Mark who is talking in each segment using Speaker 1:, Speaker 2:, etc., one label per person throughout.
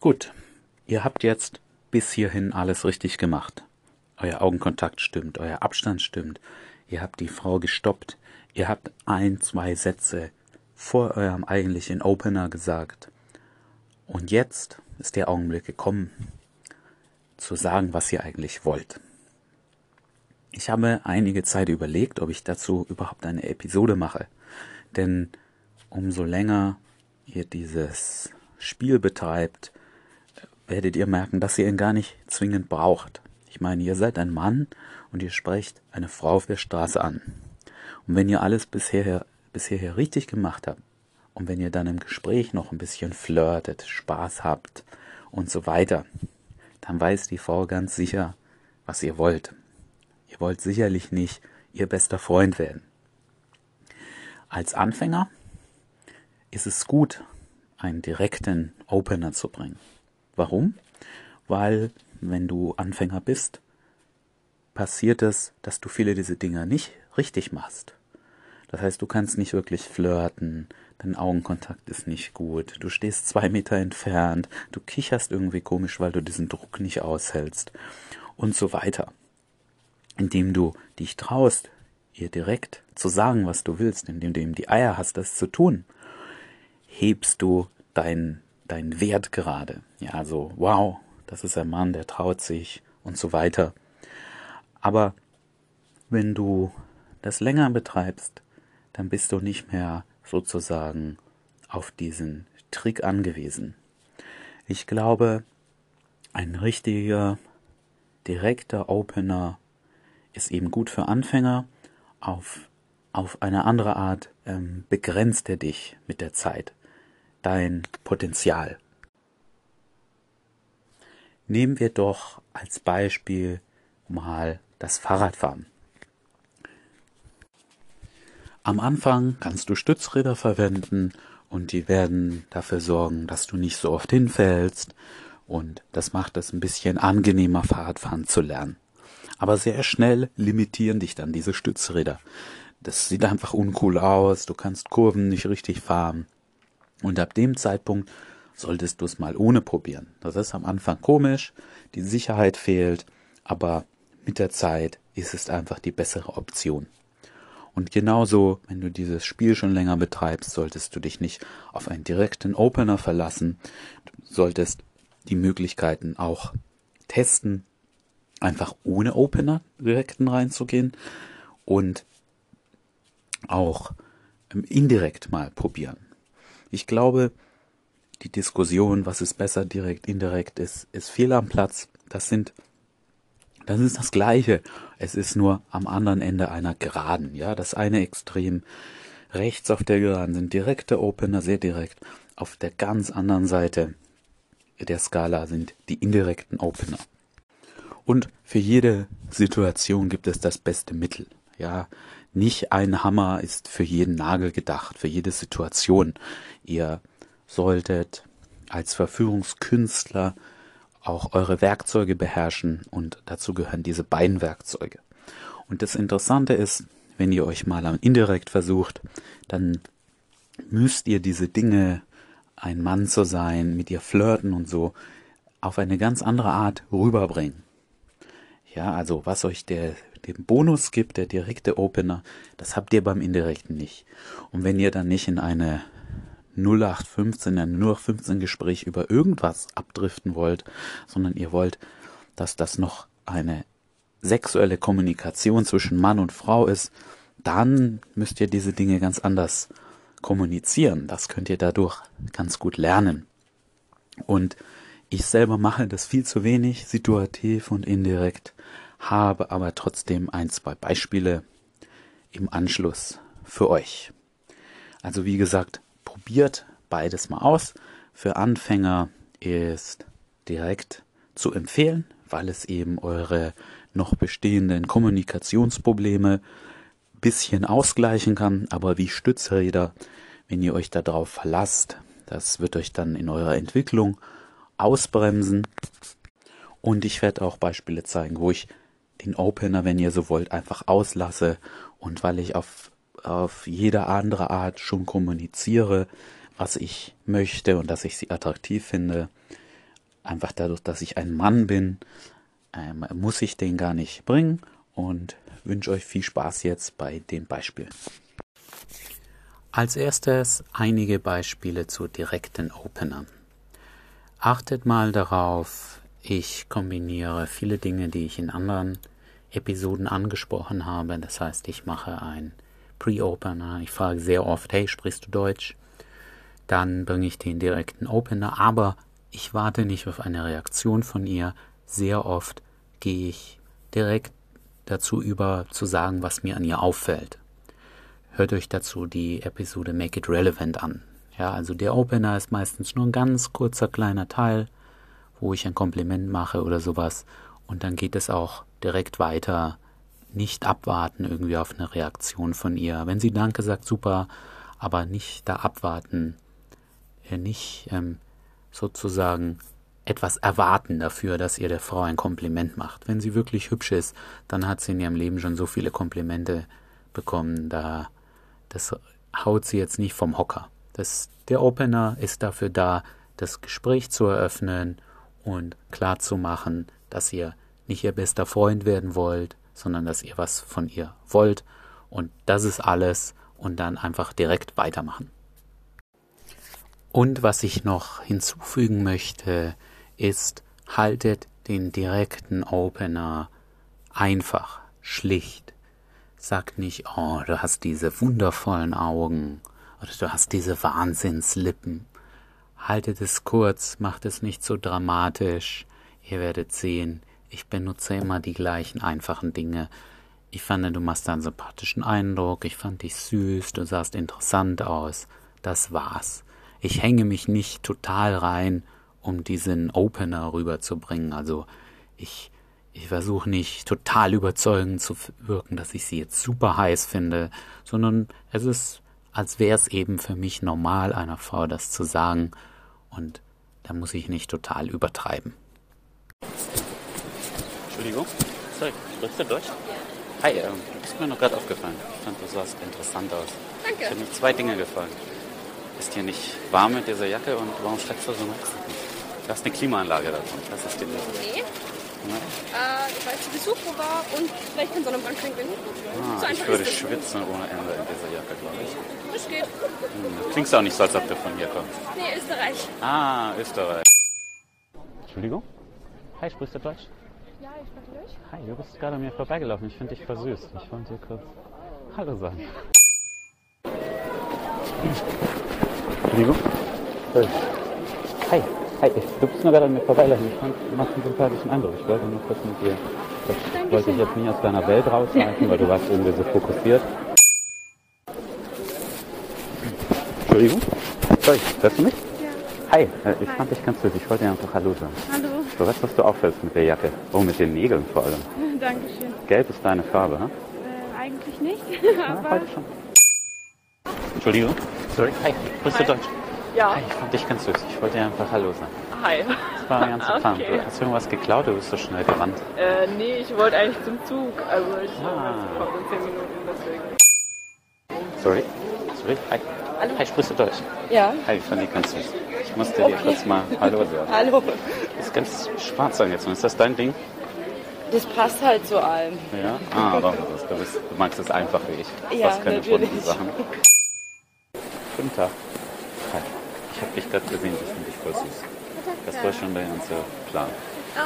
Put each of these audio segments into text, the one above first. Speaker 1: Gut, ihr habt jetzt bis hierhin alles richtig gemacht. Euer Augenkontakt stimmt, euer Abstand stimmt. Ihr habt die Frau gestoppt. Ihr habt ein, zwei Sätze vor eurem eigentlichen Opener gesagt. Und jetzt ist der Augenblick gekommen, zu sagen, was ihr eigentlich wollt. Ich habe einige Zeit überlegt, ob ich dazu überhaupt eine Episode mache. Denn umso länger ihr dieses Spiel betreibt, werdet ihr merken, dass ihr ihn gar nicht zwingend braucht. Ich meine, ihr seid ein Mann und ihr sprecht eine Frau auf der Straße an. Und wenn ihr alles bisher, bisher richtig gemacht habt, und wenn ihr dann im Gespräch noch ein bisschen flirtet, Spaß habt und so weiter, dann weiß die Frau ganz sicher, was ihr wollt. Ihr wollt sicherlich nicht ihr bester Freund werden. Als Anfänger ist es gut, einen direkten Opener zu bringen. Warum? Weil, wenn du Anfänger bist, passiert es, dass du viele dieser Dinge nicht richtig machst. Das heißt, du kannst nicht wirklich flirten, dein Augenkontakt ist nicht gut, du stehst zwei Meter entfernt, du kicherst irgendwie komisch, weil du diesen Druck nicht aushältst und so weiter. Indem du dich traust, ihr direkt zu sagen, was du willst, indem du ihm die Eier hast, das zu tun, hebst du deinen dein Wert gerade. Ja, also, wow, das ist ein Mann, der traut sich und so weiter. Aber wenn du das länger betreibst, dann bist du nicht mehr sozusagen auf diesen Trick angewiesen. Ich glaube, ein richtiger, direkter Opener ist eben gut für Anfänger. Auf, auf eine andere Art ähm, begrenzt er dich mit der Zeit, dein Potenzial. Nehmen wir doch als Beispiel mal das Fahrradfahren. Am Anfang kannst du Stützräder verwenden und die werden dafür sorgen, dass du nicht so oft hinfällst und das macht es ein bisschen angenehmer, Fahrradfahren zu lernen. Aber sehr schnell limitieren dich dann diese Stützräder. Das sieht einfach uncool aus, du kannst Kurven nicht richtig fahren. Und ab dem Zeitpunkt solltest du es mal ohne probieren. Das ist am Anfang komisch, die Sicherheit fehlt, aber mit der Zeit ist es einfach die bessere Option. Und genauso, wenn du dieses Spiel schon länger betreibst, solltest du dich nicht auf einen direkten Opener verlassen. Du solltest die Möglichkeiten auch testen, einfach ohne Opener direkten reinzugehen und auch ähm, indirekt mal probieren. Ich glaube, die Diskussion, was ist besser direkt, indirekt, ist, ist fehl am Platz. Das sind das ist das Gleiche. Es ist nur am anderen Ende einer Geraden. Ja, das eine Extrem rechts auf der Geraden sind direkte Opener, sehr direkt. Auf der ganz anderen Seite der Skala sind die indirekten Opener. Und für jede Situation gibt es das beste Mittel. Ja, nicht ein Hammer ist für jeden Nagel gedacht, für jede Situation. Ihr solltet als Verführungskünstler auch eure Werkzeuge beherrschen und dazu gehören diese beiden Werkzeuge. Und das Interessante ist, wenn ihr euch mal am indirekt versucht, dann müsst ihr diese Dinge, ein Mann zu sein, mit ihr flirten und so, auf eine ganz andere Art rüberbringen. Ja, also was euch der den Bonus gibt, der direkte Opener, das habt ihr beim indirekten nicht. Und wenn ihr dann nicht in eine 0815, ein 0815 Gespräch über irgendwas abdriften wollt, sondern ihr wollt, dass das noch eine sexuelle Kommunikation zwischen Mann und Frau ist, dann müsst ihr diese Dinge ganz anders kommunizieren. Das könnt ihr dadurch ganz gut lernen. Und ich selber mache das viel zu wenig, situativ und indirekt, habe aber trotzdem ein, zwei Beispiele im Anschluss für euch. Also wie gesagt, probiert beides mal aus. Für Anfänger ist direkt zu empfehlen, weil es eben eure noch bestehenden Kommunikationsprobleme bisschen ausgleichen kann, aber wie Stützräder, wenn ihr euch darauf verlasst, das wird euch dann in eurer Entwicklung ausbremsen. Und ich werde auch Beispiele zeigen, wo ich den Opener, wenn ihr so wollt, einfach auslasse und weil ich auf auf jede andere Art schon kommuniziere, was ich möchte und dass ich sie attraktiv finde, einfach dadurch, dass ich ein Mann bin, ähm, muss ich den gar nicht bringen und wünsche euch viel Spaß jetzt bei den Beispielen. Als erstes einige Beispiele zu direkten Openern. Achtet mal darauf, ich kombiniere viele Dinge, die ich in anderen Episoden angesprochen habe. Das heißt, ich mache ein Pre-Opener. Ich frage sehr oft, hey, sprichst du Deutsch? Dann bringe ich den direkten Opener, aber ich warte nicht auf eine Reaktion von ihr. Sehr oft gehe ich direkt dazu über, zu sagen, was mir an ihr auffällt. Hört euch dazu die Episode Make It Relevant an. Ja, also der Opener ist meistens nur ein ganz kurzer kleiner Teil, wo ich ein Kompliment mache oder sowas. Und dann geht es auch direkt weiter. Nicht abwarten irgendwie auf eine Reaktion von ihr. Wenn sie Danke sagt, super, aber nicht da abwarten. Äh, Nicht ähm, sozusagen etwas erwarten dafür, dass ihr der Frau ein Kompliment macht. Wenn sie wirklich hübsch ist, dann hat sie in ihrem Leben schon so viele Komplimente bekommen, da das haut sie jetzt nicht vom Hocker. Das, der Opener ist dafür da, das Gespräch zu eröffnen und klarzumachen, dass ihr nicht ihr bester Freund werden wollt, sondern dass ihr was von ihr wollt. Und das ist alles. Und dann einfach direkt weitermachen. Und was ich noch hinzufügen möchte, ist, haltet den direkten Opener einfach, schlicht. Sagt nicht, oh, du hast diese wundervollen Augen oder du hast diese Wahnsinnslippen. Haltet es kurz, macht es nicht so dramatisch. Ihr werdet sehen, ich benutze immer die gleichen einfachen Dinge. Ich fand, du machst einen sympathischen Eindruck, ich fand dich süß, du sahst interessant aus. Das war's. Ich hänge mich nicht total rein, um diesen Opener rüberzubringen. Also ich, ich versuche nicht total überzeugend zu f- wirken, dass ich sie jetzt super heiß finde, sondern es ist, als wäre es eben für mich normal, einer Frau das zu sagen. Und da muss ich nicht total übertreiben. Entschuldigung. Sorry, sprichst du Deutsch? Hi, ähm, ist mir noch gerade aufgefallen. Ich fand, du sahst interessant aus.
Speaker 2: Danke.
Speaker 1: Ich habe mir zwei Dinge gefallen. Ist dir nicht warm mit dieser Jacke und warum schleppst du so nachts? Du hast eine Klimaanlage da drin. Das ist dir nicht.
Speaker 2: Nee,
Speaker 1: Ne?
Speaker 2: äh, ich weiß, zu Besuch wo war und vielleicht kein Sonnenbrand kriegen bin.
Speaker 1: Ah, ich würde schwitzen ohne Ende in dieser Jacke, glaube ich.
Speaker 2: Das geht.
Speaker 1: Hm, Klingst auch nicht so, als ob du von hier kommst.
Speaker 2: Nee, Österreich.
Speaker 1: Ah, Österreich. Entschuldigung? Hi, sprichst du Deutsch?
Speaker 2: Ja, ich spreche Deutsch.
Speaker 1: Hi, du bist gerade an mir vorbeigelaufen. Ich finde dich voll süß. Ich wollte dir kurz Hallo sagen. Entschuldigung. Hi. Hi, ich, du bist nur gerade an mir vorbeigelaufen. Ich fand, du machst einen sympathischen Eindruck. Ich wollte nur kurz mit dir. Ich wollte dich jetzt nicht aus deiner Welt rausreißen, weil du warst irgendwie so fokussiert. Entschuldigung. Sorry, hörst du mich?
Speaker 2: Ja.
Speaker 1: Hi, äh, ich fand dich ganz süß. Ich wollte dir einfach Hallo sagen.
Speaker 2: Hallo.
Speaker 1: Du weißt, was du auffällst mit der Jacke. Oh, mit den Nägeln vor allem.
Speaker 2: Dankeschön.
Speaker 1: Gelb ist deine Farbe, hm?
Speaker 2: Äh, eigentlich nicht,
Speaker 1: Ja,
Speaker 2: aber
Speaker 1: heute schon. Entschuldigung. Sorry. Hi, bist du
Speaker 2: Hi.
Speaker 1: Deutsch?
Speaker 2: ja.
Speaker 1: Hi, ich fand dich ganz süß. Ich wollte dir einfach Hallo sagen.
Speaker 3: Hi.
Speaker 1: Das war ganz erfahren.
Speaker 3: Okay.
Speaker 1: Du hast irgendwas geklaut, du bist so schnell gerannt.
Speaker 3: Äh, nee, ich wollte eigentlich zum Zug. Also ich
Speaker 1: Ah.
Speaker 3: ah. komme in 10 Minuten, deswegen.
Speaker 1: Sorry. Sorry. Hi.
Speaker 3: Hallo.
Speaker 1: Hi, sprichst du Deutsch?
Speaker 3: Ja.
Speaker 1: Hi, ich fand dich ganz süß. Ich musste dir kurz mal Hallo sagen.
Speaker 3: Hallo.
Speaker 1: Das ist ganz schwarz an jetzt. Und Ist das dein Ding?
Speaker 3: Das passt halt zu allem.
Speaker 1: Ja. Ah, doch. das ist- Du, bist, du magst es einfach wie ich. Du
Speaker 3: Ja,
Speaker 1: hast keine
Speaker 3: natürlich.
Speaker 1: bunten Sachen. Guten Tag. Hi. Ich habe dich gerade gesehen. Ich finde dich voll süß. Das war schon der ganze Plan.
Speaker 3: Ähm.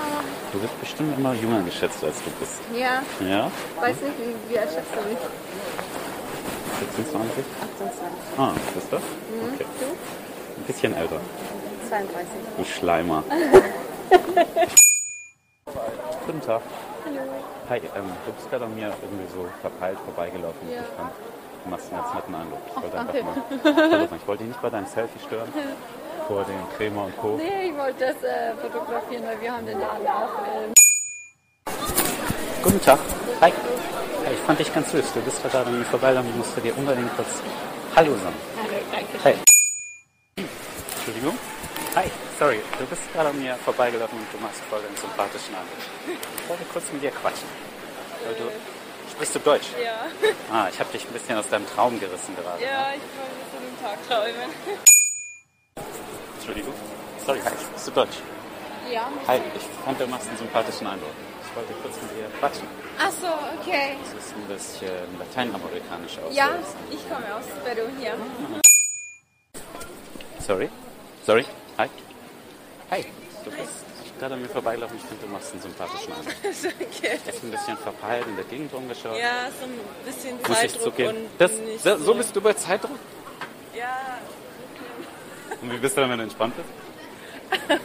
Speaker 1: Du wirst bestimmt immer jünger geschätzt, als du bist.
Speaker 2: Ja,
Speaker 1: Ja?
Speaker 2: weiß nicht, wie, wie erschätzt du mich?
Speaker 1: 26?
Speaker 2: 28,
Speaker 1: Ah, bist Mhm, du? Okay. Ein bisschen älter.
Speaker 2: 32.
Speaker 1: Du Schleimer. Guten Tag. Hallo. Hi, ähm, du bist gerade an mir irgendwie so verpeilt vorbeigelaufen.
Speaker 2: Ja.
Speaker 1: Ich fand, du machst einen ganz netten Eindruck. Ich wollte einfach mal. Hallo sagen. Ich wollte dich nicht bei deinem Selfie stören. Vor dem Crema und Co.
Speaker 2: Nee, ich wollte das äh, fotografieren, weil wir haben den Laden auch. Ähm,
Speaker 1: Guten Tag. Hi. Hey, ich fand dich ganz süß. Du bist da gerade an mir vorbeigelaufen. Ich musste dir unbedingt kurz Hallo sagen.
Speaker 2: danke.
Speaker 1: Hi. Entschuldigung? Hi, sorry, du bist gerade an mir vorbeigelaufen und du machst voll den sympathischen Eindruck. Ich wollte kurz mit dir quatschen. Weil du, sprichst du Deutsch?
Speaker 2: Ja.
Speaker 1: Ah, ich habe dich ein bisschen aus deinem Traum gerissen gerade.
Speaker 2: ja, ich wollte das in den Tag träumen.
Speaker 1: Entschuldigung? Sorry, hi, sprichst du Deutsch?
Speaker 4: Ja.
Speaker 1: Hi, ich fand, du machst einen sympathischen Eindruck. Ich wollte kurz mit dir quatschen.
Speaker 4: Ach so, okay.
Speaker 1: Das ist ein bisschen lateinamerikanisch aus.
Speaker 4: Ja, ich komme aus Peru hier.
Speaker 1: Sorry. Sorry. Hi. Hi. Du bist gerade an mir vorbeigelaufen. Ich finde, du machst einen sympathischen Eindruck.
Speaker 4: Okay.
Speaker 1: Jetzt ein bisschen verpeilt in der Gegend rumgeschaut.
Speaker 4: Ja, so ein bisschen
Speaker 1: Muss ich
Speaker 4: Zeitdruck
Speaker 1: zugeben.
Speaker 4: und
Speaker 1: Das,
Speaker 4: nicht
Speaker 1: so, so bist du bei Zeitdruck?
Speaker 4: Ja,
Speaker 1: Und wie bist du dann, wenn du entspannt bist?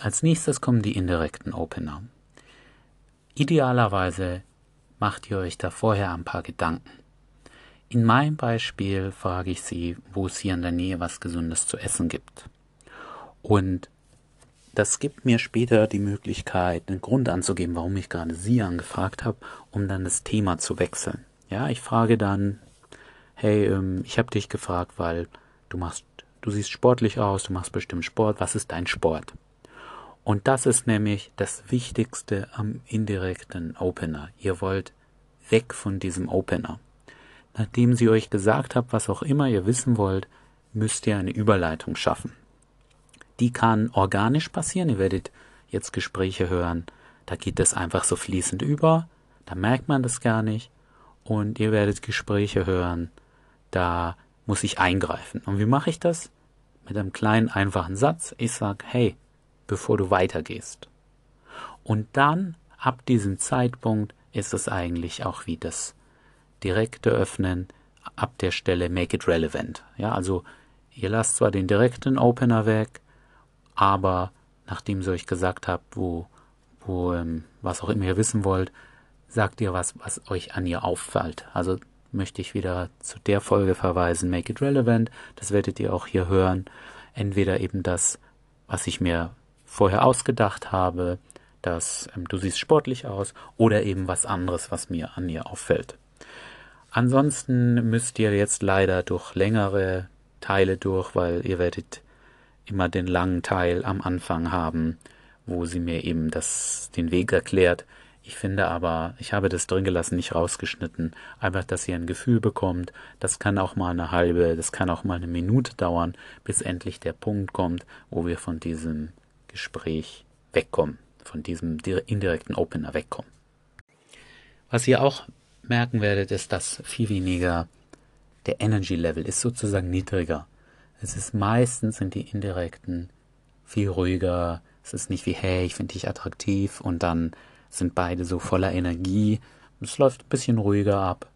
Speaker 1: Als nächstes kommen die indirekten Opener. Idealerweise macht ihr euch da vorher ein paar Gedanken. In meinem Beispiel frage ich sie, wo es hier in der Nähe was Gesundes zu essen gibt. Und das gibt mir später die Möglichkeit, einen Grund anzugeben, warum ich gerade sie angefragt habe, um dann das Thema zu wechseln. Ja, ich frage dann, hey, ähm, ich habe dich gefragt, weil du machst, du siehst sportlich aus, du machst bestimmt Sport, was ist dein Sport? Und das ist nämlich das Wichtigste am indirekten Opener. Ihr wollt weg von diesem Opener. Nachdem sie euch gesagt habt, was auch immer ihr wissen wollt, müsst ihr eine Überleitung schaffen. Die kann organisch passieren. Ihr werdet jetzt Gespräche hören. Da geht es einfach so fließend über. Da merkt man das gar nicht. Und ihr werdet Gespräche hören. Da muss ich eingreifen. Und wie mache ich das? Mit einem kleinen, einfachen Satz. Ich sage, hey, bevor du weitergehst. Und dann, ab diesem Zeitpunkt, ist es eigentlich auch wie das direkte Öffnen ab der Stelle Make it relevant. Ja, also ihr lasst zwar den direkten Opener weg, aber nachdem sie euch gesagt habt, wo, wo ähm, was auch immer ihr wissen wollt, sagt ihr was, was euch an ihr auffällt. Also möchte ich wieder zu der Folge verweisen, Make It Relevant, das werdet ihr auch hier hören. Entweder eben das, was ich mir vorher ausgedacht habe, dass ähm, du siehst sportlich aus, oder eben was anderes, was mir an ihr auffällt. Ansonsten müsst ihr jetzt leider durch längere Teile durch, weil ihr werdet immer den langen Teil am Anfang haben, wo sie mir eben das, den Weg erklärt. Ich finde aber, ich habe das drin gelassen, nicht rausgeschnitten. Einfach, dass ihr ein Gefühl bekommt. Das kann auch mal eine halbe, das kann auch mal eine Minute dauern, bis endlich der Punkt kommt, wo wir von diesem Gespräch wegkommen, von diesem dire- indirekten Opener wegkommen. Was ihr auch merken werdet, ist, dass viel weniger der Energy Level ist sozusagen niedriger. Es ist meistens sind die indirekten viel ruhiger. Es ist nicht wie, hey, ich finde dich attraktiv und dann sind beide so voller Energie. Es läuft ein bisschen ruhiger ab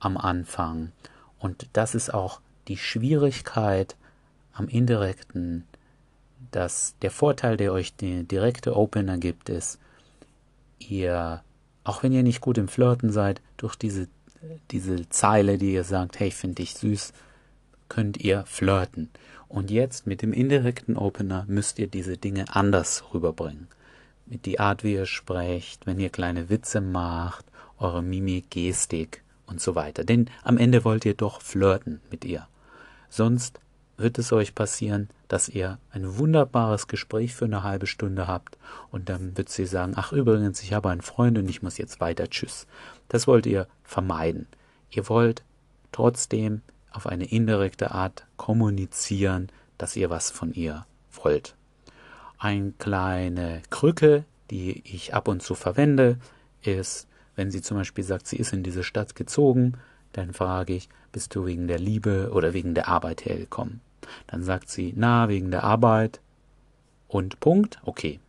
Speaker 1: am Anfang. Und das ist auch die Schwierigkeit am indirekten, dass der Vorteil, der euch der direkte Opener gibt, ist, ihr, auch wenn ihr nicht gut im Flirten seid, durch diese, diese Zeile, die ihr sagt, hey, ich finde dich süß, könnt ihr flirten. Und jetzt mit dem indirekten Opener müsst ihr diese Dinge anders rüberbringen. Mit die Art, wie ihr sprecht, wenn ihr kleine Witze macht, eure Mimik, Gestik und so weiter. Denn am Ende wollt ihr doch flirten mit ihr. Sonst wird es euch passieren, dass ihr ein wunderbares Gespräch für eine halbe Stunde habt und dann wird sie sagen, ach übrigens, ich habe einen Freund und ich muss jetzt weiter, tschüss. Das wollt ihr vermeiden. Ihr wollt trotzdem auf eine indirekte Art kommunizieren, dass ihr was von ihr wollt. Eine kleine Krücke, die ich ab und zu verwende, ist, wenn sie zum Beispiel sagt, sie ist in diese Stadt gezogen, dann frage ich, bist du wegen der Liebe oder wegen der Arbeit hergekommen? Dann sagt sie, na, wegen der Arbeit und Punkt, okay,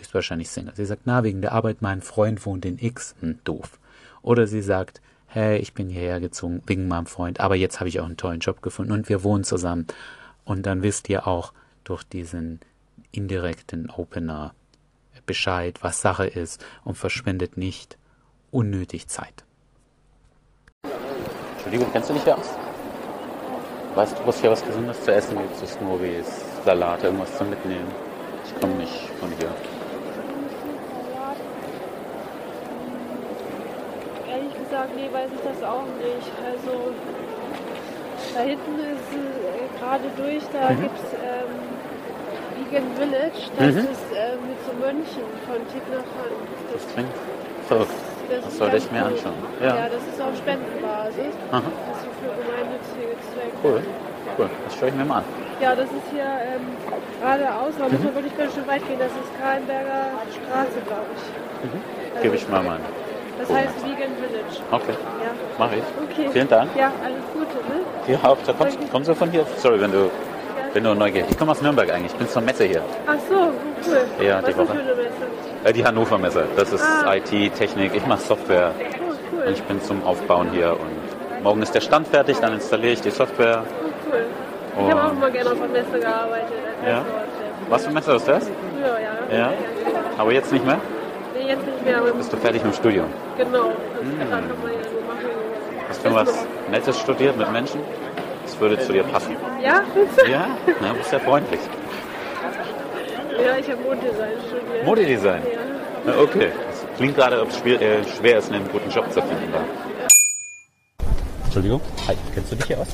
Speaker 1: höchstwahrscheinlich Single. Sie sagt, na, wegen der Arbeit, mein Freund wohnt in X, hm, doof. Oder sie sagt, hey, ich bin hierher gezogen wegen meinem Freund, aber jetzt habe ich auch einen tollen Job gefunden und wir wohnen zusammen. Und dann wisst ihr auch durch diesen indirekten Opener Bescheid, was Sache ist und verschwendet nicht unnötig Zeit. Entschuldigung, kennst du dich hier aus? Weißt du, wo es hier was Gesundes zu essen gibt? So Smoothies, Salate, irgendwas zum Mitnehmen? Ich komme nicht von hier.
Speaker 2: Hm, Ehrlich gesagt, nee, weiß ich das auch nicht. Also, da hinten ist äh, gerade durch, da gibt's ähm, Vegan Village. Das
Speaker 1: Mhm.
Speaker 2: ist äh, mit so Mönchen von Titlachan. Das,
Speaker 1: Das klingt verrückt.
Speaker 2: das
Speaker 1: Das
Speaker 2: ist
Speaker 1: sollte
Speaker 2: ganz
Speaker 1: ich mir
Speaker 2: cool.
Speaker 1: anschauen.
Speaker 2: Ja.
Speaker 1: Ja.
Speaker 2: das ist auf Spendenbasis.
Speaker 1: Aha.
Speaker 2: Das ist für gemeinnützige Zwecke.
Speaker 1: Cool.
Speaker 5: Cool, das schaue ich mir mal an.
Speaker 2: Ja, das ist hier ähm, geradeaus,
Speaker 1: Mhm.
Speaker 2: da muss man wirklich ganz schön weit gehen. Das ist Kahlenberger Straße, glaube ich.
Speaker 1: Mhm.
Speaker 2: Also,
Speaker 5: Gebe ich mal meinen.
Speaker 2: Das
Speaker 5: Google
Speaker 2: heißt Vegan Village.
Speaker 5: Okay,
Speaker 2: Ja.
Speaker 5: mache ich.
Speaker 2: Okay.
Speaker 5: Vielen Dank.
Speaker 2: Ja, alles Gute, ne?
Speaker 5: Ja, auch, da kommst, kommst du von hier? Sorry, wenn du, wenn du neugierig Ich komme aus Nürnberg eigentlich. Ich bin zur Messe hier.
Speaker 2: Ach so, cool.
Speaker 5: Ja,
Speaker 2: Was
Speaker 5: die Woche.
Speaker 2: Für eine Messe?
Speaker 5: Äh, die Hannover Messe. Das ist
Speaker 2: Ah.
Speaker 5: IT, Technik. Ich mache Software.
Speaker 2: Oh,
Speaker 5: Und
Speaker 2: cool.
Speaker 5: ich bin zum Aufbauen hier. Und morgen ist der Stand fertig, dann installiere ich die Software.
Speaker 2: Oh, cool. Ich
Speaker 5: Oh.
Speaker 2: habe auch immer gerne auf der Messe gearbeitet. als
Speaker 5: Ja?
Speaker 2: Restaurantchef.
Speaker 5: Was für Messe ist das?
Speaker 2: Früher, ja.
Speaker 5: Ja. Aber jetzt nicht mehr?
Speaker 2: Nee, jetzt nicht mehr. aber-
Speaker 5: Bist du fertig mit dem Studium?
Speaker 2: Genau. Das kann man ja so machen.
Speaker 5: Hast du was Nettes studiert mit Menschen? Das würde zu dir passen.
Speaker 2: Ja?
Speaker 5: Ja? Na, bist ja freundlich.
Speaker 2: ja, ich habe Modedesign studiert.
Speaker 5: Modedesign.
Speaker 2: Ja.
Speaker 5: Na, okay. Das klingt gerade, ob es schwer, äh, schwer ist, einen guten Job zu finden. Da. Entschuldigung. Hi, kennst du dich hier aus?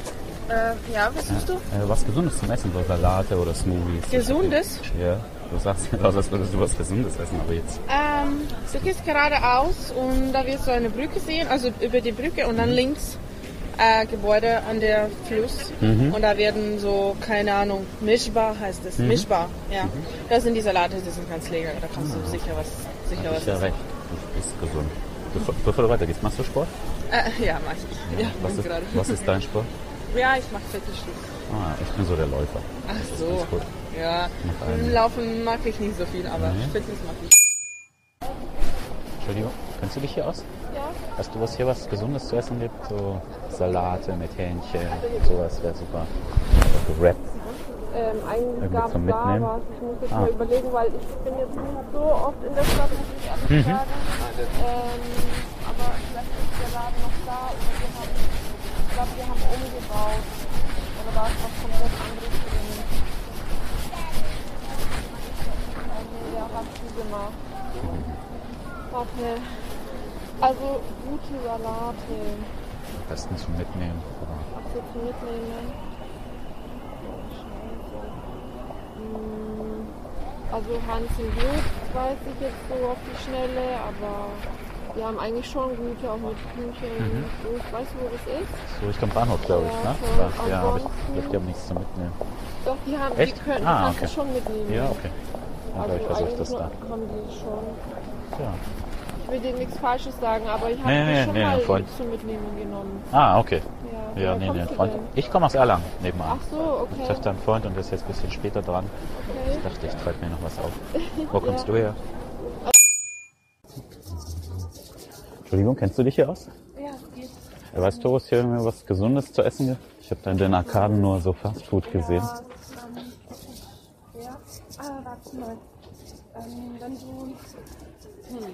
Speaker 3: ja, was suchst du?
Speaker 5: Äh, was Gesundes zum Essen, so Salate oder Smoothies.
Speaker 3: Gesundes?
Speaker 5: Ja, du sagst aus, als würdest du was Gesundes essen, aber jetzt.
Speaker 3: Ähm, du gehst geradeaus und da wirst du eine Brücke sehen, also über die Brücke und dann links äh, Gebäude an der Fluss
Speaker 5: Mhm.
Speaker 3: und da werden so, keine Ahnung, Mischbar heißt es, Mischbar, ja.
Speaker 5: Mhm.
Speaker 3: Da sind die Salate, die sind ganz lecker, da kannst
Speaker 5: Ah.
Speaker 3: du sicher was, sicher was
Speaker 5: Ist ja
Speaker 3: essen.
Speaker 5: recht, das ist gesund. Bevor, bevor du weitergehst, machst du Sport?
Speaker 3: Äh, ja, mach ich. Ja,
Speaker 5: was, ist,
Speaker 3: gerade.
Speaker 5: was ist dein Sport?
Speaker 3: Ja, ich mache Fitnessstudio.
Speaker 5: Ah, ich bin so der Läufer.
Speaker 3: Ach
Speaker 5: Das
Speaker 3: so.
Speaker 5: ist gut.
Speaker 3: Ja,
Speaker 5: Mach einen. Mhm.
Speaker 3: Laufen mag ich nicht so viel, aber Fitness mag ich.
Speaker 5: Entschuldigung, kennst du dich hier aus? Ja. Hast du was hier was Gesundes zu essen gibt? So Salate mit Hähnchen, sowas wäre super. Oder Wrap.
Speaker 2: Ähm, eigentlich
Speaker 5: Irgendwie
Speaker 2: gab es
Speaker 5: zum
Speaker 2: da
Speaker 5: Mitnehmen?
Speaker 2: was. Ich muss jetzt
Speaker 5: Ah.
Speaker 2: mal überlegen, weil ich bin jetzt nicht so oft in der Stadt, muss ich ehrlich
Speaker 5: Mhm.
Speaker 2: sagen. Ähm, aber vielleicht ist der Laden noch da oder wir haben, ich glaube, wir haben umgebaut. Oder war es was komplett anderes? drin? Ah, nee, der hat zugemacht. Warte. Also gute Salate.
Speaker 5: Besten zum Mitnehmen.
Speaker 2: Ach, so zum Mitnehmen. Mm, Also Hans und Jod weiß ich jetzt so auf die Schnelle, aber wir haben eigentlich schon gute, auch mit Hühnchen. Ich weiß, wo das ist.
Speaker 5: So Richtung Bahnhof, glaube ich, ne?
Speaker 2: Ja, so
Speaker 5: Ja, aber ich
Speaker 2: ansonsten-
Speaker 5: glaube, die haben nichts zum Mitnehmen.
Speaker 2: Doch, die haben, die
Speaker 5: Echt?
Speaker 2: können,
Speaker 5: Ah,
Speaker 2: kannst du
Speaker 5: okay.
Speaker 2: schon mitnehmen.
Speaker 5: Ja, okay. Dann
Speaker 2: Also
Speaker 5: glaube ich, versuche ich
Speaker 2: eigentlich
Speaker 5: das da.
Speaker 2: nur- haben die schon.
Speaker 5: Ja.
Speaker 2: Ich will dir nichts Falsches sagen, aber ich habe
Speaker 5: Nee,
Speaker 2: die
Speaker 5: nee,
Speaker 2: schon
Speaker 5: nee,
Speaker 2: mal
Speaker 5: voll.
Speaker 2: zum Mitnehmen genommen.
Speaker 5: Ah, okay.
Speaker 2: Ja,
Speaker 5: Ja,
Speaker 2: woher
Speaker 5: nee, nee,
Speaker 2: kommst
Speaker 5: ein
Speaker 2: du
Speaker 5: Freund.
Speaker 2: denn?
Speaker 5: Ich komme aus Erlangen, nebenan.
Speaker 2: Ach so,
Speaker 5: Ich
Speaker 2: okay.
Speaker 5: treffe da einen Freund und der ist jetzt ein bisschen später dran.
Speaker 2: okay.
Speaker 5: Ich dachte, ich treibe mir noch was auf. Wo kommst du her?
Speaker 2: Oh.
Speaker 5: Entschuldigung, kennst du dich hier aus?
Speaker 2: Ja, es geht.
Speaker 5: Äh, Weißt du, wo es hier irgendwie was Gesundes zu essen gibt? Ich habe da in den Arkaden nur so Fastfood gesehen.
Speaker 6: Ja, ähm, ja. Ah, warte mal. Ähm, wenn du. Hm.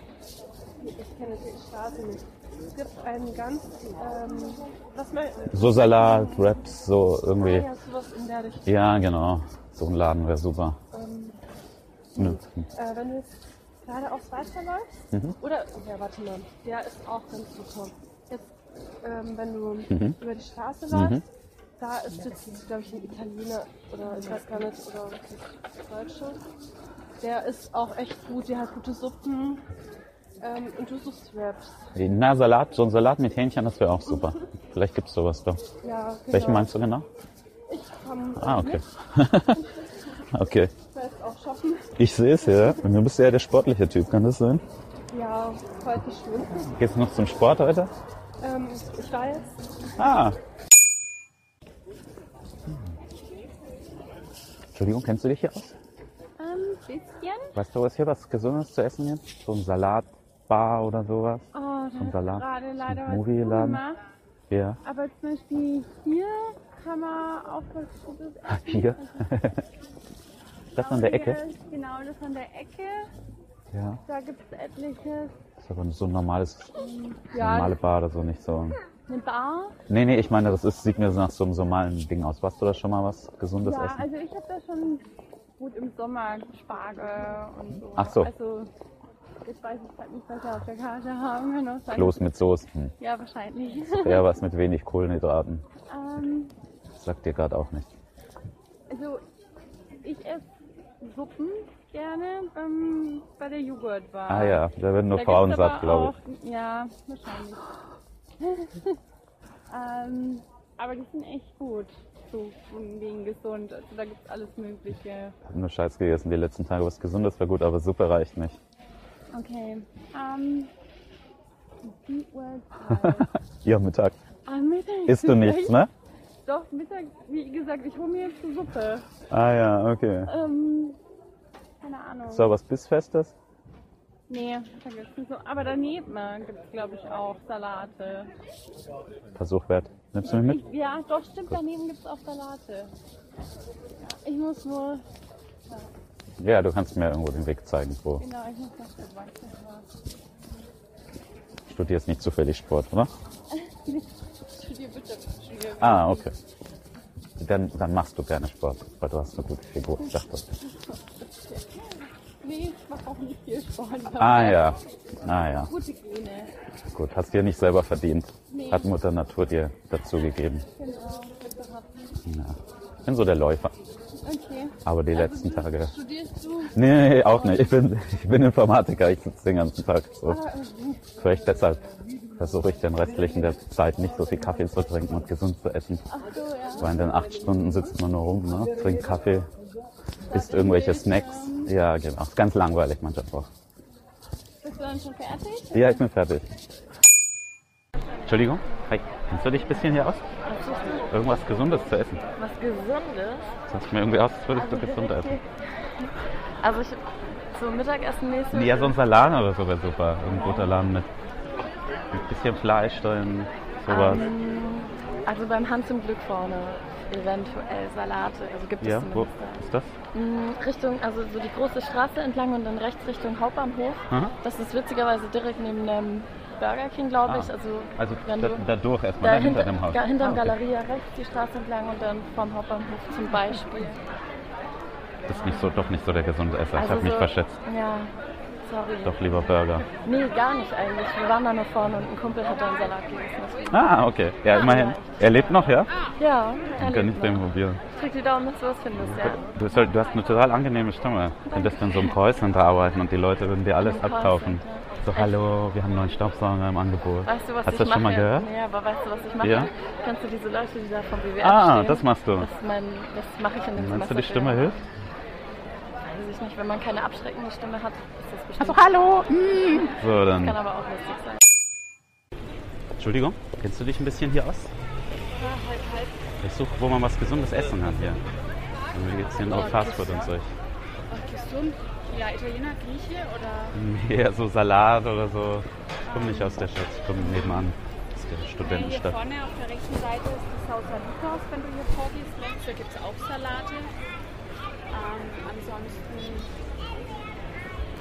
Speaker 6: Ich kenne die Straße nicht. Es gibt einen ganz. Ähm, was meinst du?
Speaker 5: So Salat, Wraps, so irgendwie.
Speaker 6: Ja, sowas in der Richtung.
Speaker 5: Ja, genau. So ein Laden wäre super.
Speaker 6: Ähm,
Speaker 5: Ne.
Speaker 6: äh, wenn du jetzt geradeaus weiterläufst.
Speaker 5: Mhm.
Speaker 6: Oder. Ja, warte mal. Der ist auch ganz super. Jetzt, ähm, wenn du
Speaker 5: Mhm.
Speaker 6: über die Straße läufst. Da ist jetzt, glaube ich, ein Italiener oder ich weiß gar nicht, oder Deutsche. Der ist auch echt gut, der hat gute Suppen. Ähm, und du suchst Wraps.
Speaker 5: Na, Salat, so ein Salat mit Hähnchen, das wäre auch super. Vielleicht gibt's sowas doch.
Speaker 6: Ja, genau.
Speaker 5: Welchen meinst du genau?
Speaker 6: Ich kann
Speaker 5: Ah, okay. okay.
Speaker 6: selbst auch schaffen.
Speaker 5: Ich sehe es ja. Und du bist ja der sportliche Typ, kann das sein?
Speaker 6: Ja, heute schön.
Speaker 5: Geht's noch zum Sport heute?
Speaker 6: Ähm, ich war jetzt
Speaker 5: Ah. Entschuldigung, kennst du dich hier aus?
Speaker 6: ein bisschen.
Speaker 5: Weißt du, was hier was Gesundes zu essen gibt? So ein Salatbar oder sowas?
Speaker 6: Oh,
Speaker 5: Ein Salat.
Speaker 6: gerade leider
Speaker 5: Ein
Speaker 6: was
Speaker 5: Movie-Laden.
Speaker 6: gemacht.
Speaker 5: Ja.
Speaker 6: Aber zum Beispiel hier kann man auch was Gutes
Speaker 5: Hier. das an der Ecke.
Speaker 6: essen. Genau, das an der Ecke.
Speaker 5: Ja.
Speaker 6: Da gibt es etliches.
Speaker 5: Das ist aber so ein normales,
Speaker 6: Ja,
Speaker 5: normale Bar oder so, nicht so. ein-
Speaker 6: eine Bar.
Speaker 5: Nee, nee, ich meine, das ist, sieht mir nach so einem normalen Ding aus. Warst du da schon mal was Gesundes
Speaker 6: Ja,
Speaker 5: essen?
Speaker 6: also ich habe da schon gut im Sommer Spargel und so.
Speaker 5: Ach so.
Speaker 6: Also ich weiß es halt nicht, was wir auf der Karte haben. genau, Kann auch sein.
Speaker 5: Kloß mit Soßen.
Speaker 6: Ja, wahrscheinlich.
Speaker 5: Ja, was mit wenig Kohlenhydraten.
Speaker 6: ähm,
Speaker 5: Das sagt dir gerade auch nicht.
Speaker 6: also ich esse Suppen gerne beim, bei der Joghurtbar.
Speaker 5: Ah ja, da werden nur
Speaker 6: Da
Speaker 5: Frauen
Speaker 6: gibt's aber
Speaker 5: satt, glaube ich.
Speaker 6: auch- Ja, wahrscheinlich. ähm, aber die sind echt gut. so von wegen gesund. Also da gibt's alles Mögliche.
Speaker 5: Ich habe nur Scheiß gegessen die letzten Tage. Was Gesundes war gut, aber Suppe reicht nicht.
Speaker 6: Okay. Ähm. die Uhrzeit. Ah,
Speaker 5: Ja, Mittag.
Speaker 6: Am Mittag.
Speaker 5: Isst du nichts, ne?
Speaker 6: Doch, Mittag, wie gesagt, ich hole mir jetzt eine Suppe.
Speaker 5: Ah ja, okay.
Speaker 6: Ähm. Keine Ahnung.
Speaker 5: So, was Bissfestes?
Speaker 6: Nee, vergessen so. Aber daneben äh, gibt's glaube ich, auch Salate.
Speaker 5: Versuch wert. Nimmst du mich mit?
Speaker 6: Ich, ja, doch, stimmt, daneben gibt's auch Salate. Ich muss nur.
Speaker 5: Ja, du kannst mir irgendwo den Weg zeigen. Wo
Speaker 6: Genau, ich muss nach der Bank. das war's.
Speaker 5: du studierst nicht zufällig Sport, oder?
Speaker 6: Studier bitte. Studier bitte.
Speaker 5: Ah, okay. Dann, dann machst du gerne Sport, weil du hast eine gute Figur. Ich dachte.
Speaker 6: Nee, ich mach auch nicht viel Sport.
Speaker 5: Ah ja. Ah ja.
Speaker 6: Gute Gene.
Speaker 5: Gut, hast dir nicht selber verdient.
Speaker 6: Nee.
Speaker 5: Hat Mutter Natur dir dazu gegeben.
Speaker 6: Genau, bitte hab.
Speaker 5: Ja. Ich bin so der Läufer.
Speaker 6: Okay. Also
Speaker 5: Aber die letzten Tage.
Speaker 6: Studierst du?
Speaker 5: Nee, nee, auch nicht. Ich bin, ich bin Informatiker. Ich sitze den ganzen Tag.
Speaker 6: Ah,
Speaker 5: So. Vielleicht deshalb versuche ich den restlichen der Zeit nicht so viel Kaffee zu trinken und gesund zu essen.
Speaker 6: Ach so, ja.
Speaker 5: Weil in den acht Stunden sitzt man nur rum, ne? trinkt Kaffee, isst irgendwelche Snacks. Ja, genau. Ist ganz langweilig manchmal auch.
Speaker 6: Bist du dann schon fertig?
Speaker 5: Ja, ich bin fertig. Entschuldigung. Hi. Kennst du dich ein bisschen hier aus? Irgendwas Gesundes zu essen.
Speaker 2: Was Gesundes.
Speaker 5: Sieht mir irgendwie aus, als würdest du gesund essen.
Speaker 2: Also ich so Mittagessen mäßig.
Speaker 5: Ja, so ein Salat oder so wäre super. Ein guter Laden mit ein bisschen Fleisch drin, sowas.
Speaker 2: Also beim Hans im Glück vorne eventuell Salate. Also gibt es
Speaker 5: ja, wo
Speaker 2: zumindest da.
Speaker 5: ist das?
Speaker 2: Mm, Richtung, also so die große Straße entlang und dann rechts Richtung Hauptbahnhof.
Speaker 5: Aha.
Speaker 2: Das ist witzigerweise direkt neben dem Burger King, glaube ich.
Speaker 5: Ah.
Speaker 2: Also,
Speaker 5: Also
Speaker 2: wenn
Speaker 5: da,
Speaker 2: du
Speaker 5: dadurch erstmal,
Speaker 2: da
Speaker 5: dann hinter dem Haus.
Speaker 2: ga- hinterm
Speaker 5: Ah, okay.
Speaker 2: Galeria rechts die Straße entlang und dann vom Hauptbahnhof zum Beispiel.
Speaker 5: Das ist nicht so, doch nicht so der gesunde Esser. ich habe
Speaker 2: Also so,
Speaker 5: mich verschätzt.
Speaker 2: Ja, sorry.
Speaker 5: Doch lieber Burger.
Speaker 2: Nee, gar nicht eigentlich. Wir waren da nur vorne und ein Kumpel hat da einen Salat gegessen. deswegen.
Speaker 5: Ah, okay. Ja, immerhin. Er lebt noch, ja?
Speaker 2: Ja,
Speaker 5: Dann kann ich den probieren.
Speaker 2: Ich drück die Daumen, dass du was findest, ja.
Speaker 5: Du, soll, du hast eine total angenehme Stimme. Du könntest in so einem Callcenter arbeiten und die Leute würden dir alles
Speaker 2: Im
Speaker 5: abkaufen.
Speaker 2: Callcenter.
Speaker 5: So, hallo, wir haben einen neuen Staubsauger im Angebot.
Speaker 2: Weißt du, was
Speaker 5: hast du das
Speaker 2: ich mache?
Speaker 5: schon mal gehört?
Speaker 2: Nee, aber weißt du, was ich mache?
Speaker 5: Ja.
Speaker 2: Kennst du diese Leute, die da vom BWR
Speaker 5: Ah,
Speaker 2: stehen?
Speaker 5: das machst du.
Speaker 2: Das, ist mein, das mache ich in dem
Speaker 5: Meinst
Speaker 2: Semester.
Speaker 5: du, die Stimme hilft?
Speaker 2: Weiß ich nicht. Wenn man keine abschreckende Stimme hat, ist das bestimmt...
Speaker 5: hallo! So,
Speaker 2: Kann
Speaker 5: dann.
Speaker 2: aber auch lustig sein.
Speaker 5: Entschuldigung, kennst du dich ein bisschen hier aus? Ich suche, wo man was Gesundes essen kann hier. Und wir jetzt hier auf Fastfood und so.
Speaker 6: Gesund. Ja, Italiener, Grieche oder.
Speaker 5: Ja, so Salat oder so. Ich komme nicht aus der Stadt, ich komme nebenan. Das ist die
Speaker 6: hier
Speaker 5: Studentenstadt.
Speaker 6: vorne auf der rechten Seite ist das Haus Lukas, wenn du hier vorgehst. Links, da gibt's auch Salate. Ähm, ansonsten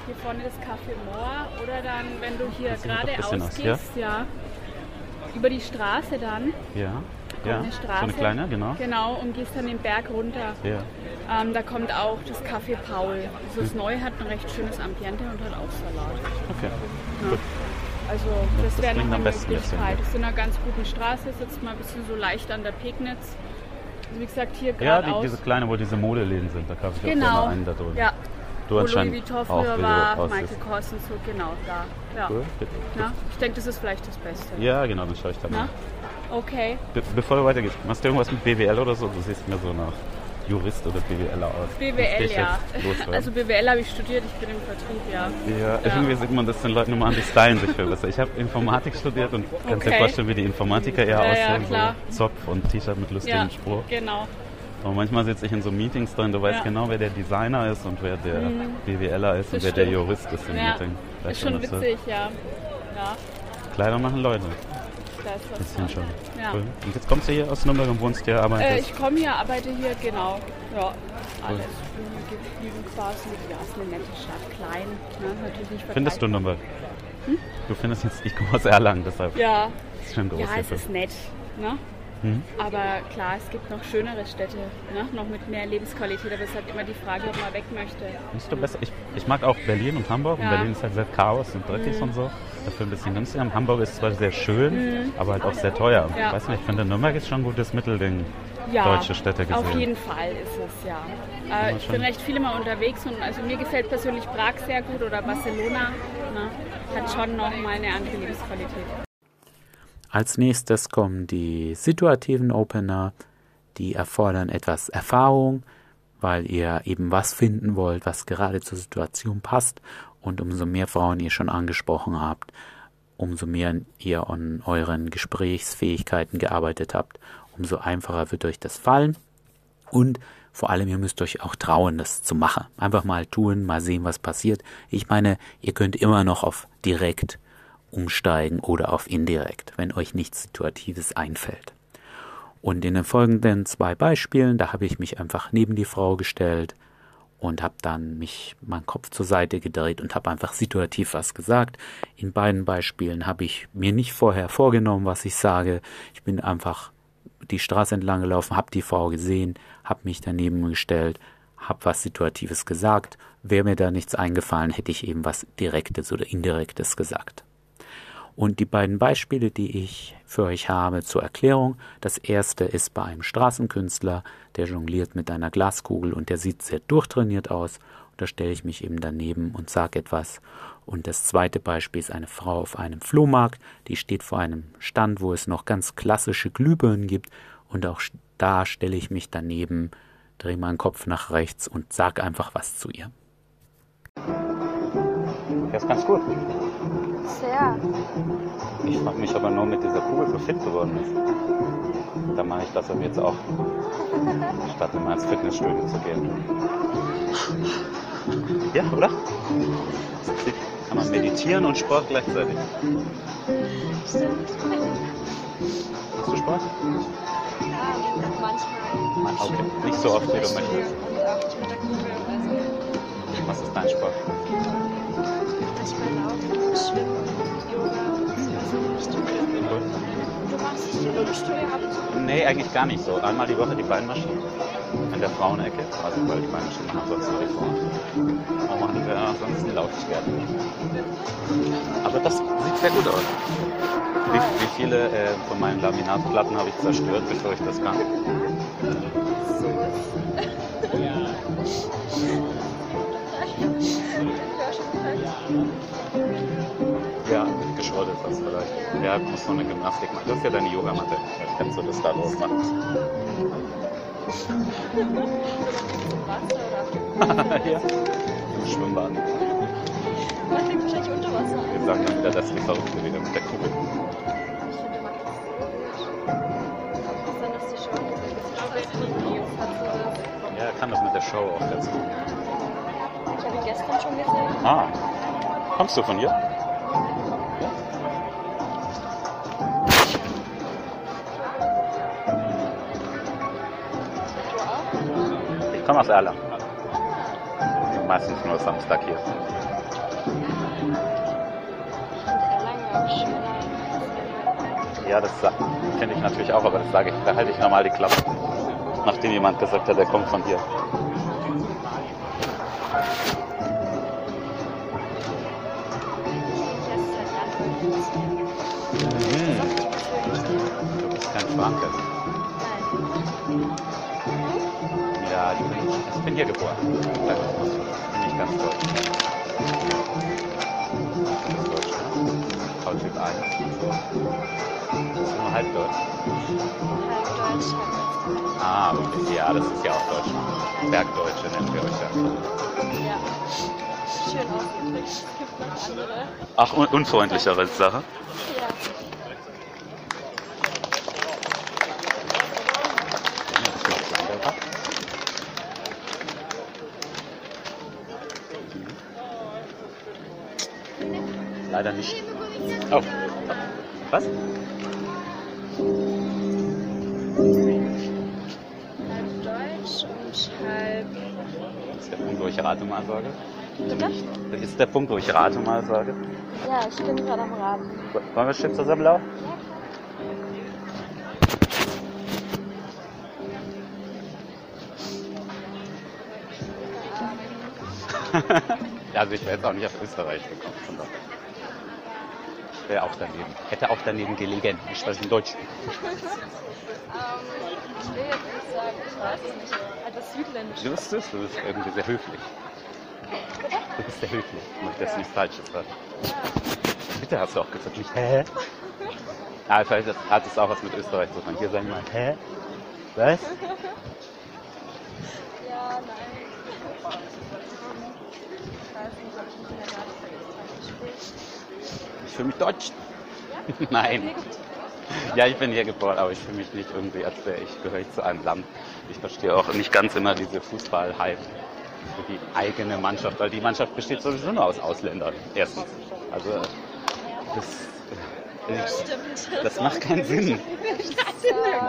Speaker 6: hier vorne das Café Moor oder dann, wenn du hier
Speaker 5: Das sieht doch ein
Speaker 6: geradeaus
Speaker 5: bisschen aus,
Speaker 6: gehst, ja. Über die Straße dann,
Speaker 5: Ja, ja.
Speaker 6: eine
Speaker 5: So
Speaker 6: Straße.
Speaker 5: eine kleine, genau.
Speaker 6: genau, und gehst dann den Berg runter.
Speaker 5: Ja.
Speaker 6: Ähm, da kommt auch das Café Paul. Also
Speaker 5: Hm.
Speaker 6: das Neue hat ein recht schönes Ambiente und hat auch Salat.
Speaker 5: Okay.
Speaker 6: Also das,
Speaker 5: das
Speaker 6: wäre
Speaker 5: klingt
Speaker 6: noch
Speaker 5: am
Speaker 6: eine
Speaker 5: besten jetzt,
Speaker 6: Möglichkeit. Ist in einer ganz guten Straße, sitzt mal ein bisschen so leicht an der Pegnitz. Also wie gesagt, hier
Speaker 5: Ja,
Speaker 6: geradeaus.
Speaker 5: die, diese kleine, wo diese Modeläden sind, da kaufe ich auch
Speaker 6: genau.
Speaker 5: gerne einen da drüben.
Speaker 6: Ja.
Speaker 5: Du
Speaker 6: Wo
Speaker 5: anscheinend
Speaker 6: Louis Vuitton
Speaker 5: auch,
Speaker 6: früher
Speaker 5: wie du
Speaker 6: war,
Speaker 5: aussiehst.
Speaker 6: Michael Kors und so, genau, da. Ja.
Speaker 5: Cool.
Speaker 6: Na, ich denke, das ist vielleicht das Beste.
Speaker 5: Ja, genau, dann schaue ich da mal.
Speaker 6: Na? Okay.
Speaker 5: Be bevor du weitergehst, machst du irgendwas mit BWL oder so? Du siehst mir so nach Jurist oder BWLer aus. Muss
Speaker 6: BWL,
Speaker 5: ich
Speaker 6: ja.
Speaker 5: jetzt loswerden?
Speaker 6: Also BWL habe ich studiert, ich bin im Vertrieb, ja.
Speaker 5: ja, irgendwie sieht man das den Leuten immer an, die stylen sich viel besser. Ich habe Informatik studiert und kannst dir
Speaker 6: Okay.
Speaker 5: vorstellen, wie die Informatiker eher
Speaker 6: Ja, ja,
Speaker 5: aussehen.
Speaker 6: klar.
Speaker 5: So Zopf und T-Shirt mit lustigem
Speaker 6: Ja,
Speaker 5: Spruch.
Speaker 6: genau.
Speaker 5: Aber manchmal sitze ich in so Meetings drin, du weißt
Speaker 6: Ja. Mhm.
Speaker 5: genau, wer der Designer ist und wer der BWLer ist und
Speaker 6: Das
Speaker 5: wer der
Speaker 6: stimmt.
Speaker 5: Jurist ist im
Speaker 6: Ja.
Speaker 5: Meeting.
Speaker 6: Ist schon
Speaker 5: das so.
Speaker 6: witzig, ja. Ja,
Speaker 5: Kleider machen Leute.
Speaker 6: da ist was.
Speaker 5: Bisschen schon.
Speaker 6: Ja.
Speaker 5: Cool. Und jetzt kommst du hier aus Nürnberg und wohnst hier, arbeitest.
Speaker 6: Äh, ich komme hier, arbeite hier, genau. Ja, alles.
Speaker 5: Cool.
Speaker 6: Lieben quasi, ja, ist eine nette Stadt, klein, ne? natürlich nicht
Speaker 5: Findest du
Speaker 6: vergleichbar.
Speaker 5: Nürnberg? Du findest jetzt, ich komme aus Erlangen, deshalb
Speaker 6: Hm? Ja,
Speaker 5: ist schon groß
Speaker 6: ja, es
Speaker 5: hier.
Speaker 6: ist nett, ne?
Speaker 5: Mhm.
Speaker 6: Aber klar, es gibt noch schönere Städte, ne? noch mit mehr Lebensqualität, aber es ist halt immer die Frage, ob man weg möchte.
Speaker 5: Findest du besser? Ich, ich mag auch Berlin und Hamburg. Und
Speaker 6: Ja. Mhm.
Speaker 5: Berlin ist halt sehr Chaos und dreckig und so. Dafür ein bisschen günstiger. Und Hamburg ist zwar sehr schön, aber halt auch sehr teuer.
Speaker 6: Mhm. Ja.
Speaker 5: Weiß nicht, ich finde Nürnberg ist schon ein gutes Mittelding.
Speaker 6: Ja,
Speaker 5: Deutsche Städte gesehen.
Speaker 6: auf jeden Fall ist es, ja.
Speaker 5: Ja,
Speaker 6: Äh, ich
Speaker 5: schon.
Speaker 6: bin recht viel mal unterwegs und also mir gefällt persönlich Prag sehr gut oder Barcelona, ne? hat schon nochmal eine andere Lebensqualität.
Speaker 1: Als nächstes kommen die situativen Opener, die erfordern etwas Erfahrung, weil ihr eben was finden wollt, was gerade zur Situation passt. Und umso mehr Frauen ihr schon angesprochen habt, umso mehr ihr an euren Gesprächsfähigkeiten gearbeitet habt, umso einfacher wird euch das fallen. Und vor allem, ihr müsst euch auch trauen, das zu machen. Einfach mal tun, mal sehen, was passiert. Ich meine, ihr könnt immer noch auf direkt umsteigen oder auf indirekt, wenn euch nichts Situatives einfällt. Und in den folgenden zwei Beispielen, da habe ich mich einfach neben die Frau gestellt und habe dann mich meinen Kopf zur Seite gedreht und habe einfach situativ was gesagt. In beiden Beispielen habe ich mir nicht vorher vorgenommen, was ich sage. Ich bin einfach die Straße entlang gelaufen, habe die Frau gesehen, habe mich daneben gestellt, habe was Situatives gesagt. Wäre mir da nichts eingefallen, hätte ich eben was Direktes oder Indirektes gesagt. Und die beiden Beispiele, die ich für euch habe zur Erklärung, das erste ist bei einem Straßenkünstler, der jongliert mit einer Glaskugel und der sieht sehr durchtrainiert aus. Und da stelle ich mich eben daneben und sage etwas. Und das zweite Beispiel ist eine Frau auf einem Flohmarkt, die steht vor einem Stand, wo es noch ganz klassische Glühbirnen gibt. Und auch da stelle ich mich daneben, drehe meinen Kopf nach rechts und sage einfach was zu ihr.
Speaker 5: Das ist ganz gut.
Speaker 7: Sehr.
Speaker 5: Ich frage mich, ob er nur mit dieser Kugel so fit geworden ist. Dann mache ich das eben jetzt auch. Statt immer ins Fitnessstudio zu gehen. Ja, oder? Kann man meditieren und Sport gleichzeitig.
Speaker 7: Stimmt.
Speaker 5: Hast du Sport?
Speaker 7: Manchmal.
Speaker 5: Okay, nicht so oft wie du möchtest.
Speaker 7: Und auch mit der Kugel. Also
Speaker 5: Was ist dein Sport?
Speaker 7: manchmal laufen, schwimmen, Yoga und sowas in der Stunde. Du machst es in der Stunde ab und zu.
Speaker 5: Nee, eigentlich gar nicht so. Einmal die Woche die Beinmaschine. In der Frauenecke. Also weil die Beinmaschine haben sonst nur die Frauen. Und äh, ansonsten laufe ich gerne. Aber das sieht sehr gut aus. Wie, wie viele äh, von meinen Laminatplatten habe ich zerstört, bevor ich das kann? Ja, geschrottet was vielleicht. Ja, muss so eine Gymnastik machen. Das ist ja deine Yogamatte. Vielleicht kannst du das da drauf machen. ja. Im Schwimmbad.
Speaker 7: Man kriegt wahrscheinlich unter Wasser.
Speaker 5: Wir sagen dann wieder, dass die Verrückte wieder mit der Kugel.
Speaker 7: Ich finde, man macht das ist dann, dass die Show nicht so gut ist. Hat so das-
Speaker 5: Ja, er kann das mit der Show auch ganz gut.
Speaker 7: Ich habe ihn gestern schon gesehen.
Speaker 5: Ah, kommst du von hier? Ich komme aus Erlangen. Meistens nur Samstag hier. Ja, das sa- kenne ich natürlich auch, aber das sage ich, da halte ich normal die Klappe. Nachdem jemand gesagt hat, er kommt von hier. Mhm. Du bist kein Schwanke. Ja, ich bin, ich bin hier geboren. Danke. Bin ich ganz deutsch. Du bist deutsch, ne? Kultiv 1 und so. Bist du nur halb deutsch?
Speaker 7: Halb Deutsch, halb
Speaker 5: Ah, okay. Ja, das ist ja auch deutsch. Bergdeutsche nennen wir euch ja.
Speaker 7: Schön ausgedrückt. Es gibt noch andere.
Speaker 5: Ach, un unfreundlichere
Speaker 7: Ja.
Speaker 5: Sache. Leider nicht. Oh.
Speaker 7: Halb
Speaker 5: Was?
Speaker 7: Deutsch und halb.
Speaker 5: Das ist der Punkt, wo ich Rate mal sage.
Speaker 7: Bitte?
Speaker 5: Das ist der Punkt, wo ich Rate mal sage.
Speaker 7: Ja, ich bin gerade am Raten.
Speaker 5: Wollen wir schön zusammenlaufen? also ich wäre jetzt auch nicht auf Österreich gekommen. Von daher. Wäre auch daneben. Hätte auch daneben gelegen. Ich spreche in Deutsch.
Speaker 7: Ich will jetzt nicht sagen, ich weiß es nicht. Etwas Südländisch.
Speaker 5: Du bist es, du bist irgendwie sehr höflich. Du bist sehr höflich. Ich möchte jetzt nichts Falsches sagen. Bitte hast du auch gesagt, nicht hä? Ah, vielleicht hat es auch was mit Österreich zu tun. Hier sagen wir hä? Was?
Speaker 4: Ja, nein. Ich weiß nicht, ob ich mehr nachdenke.
Speaker 5: Ich fühle mich deutsch. Nein. Ja, ich bin hier geboren, aber ich fühle mich nicht irgendwie, als wäre ich, gehöre ich zu einem Land. Ich verstehe auch nicht ganz immer diese Fußball-Hype für die eigene Mannschaft, weil die Mannschaft besteht sowieso nur aus Ausländern. Erstens. Also, äh, das, ich, das macht keinen Sinn. Das ist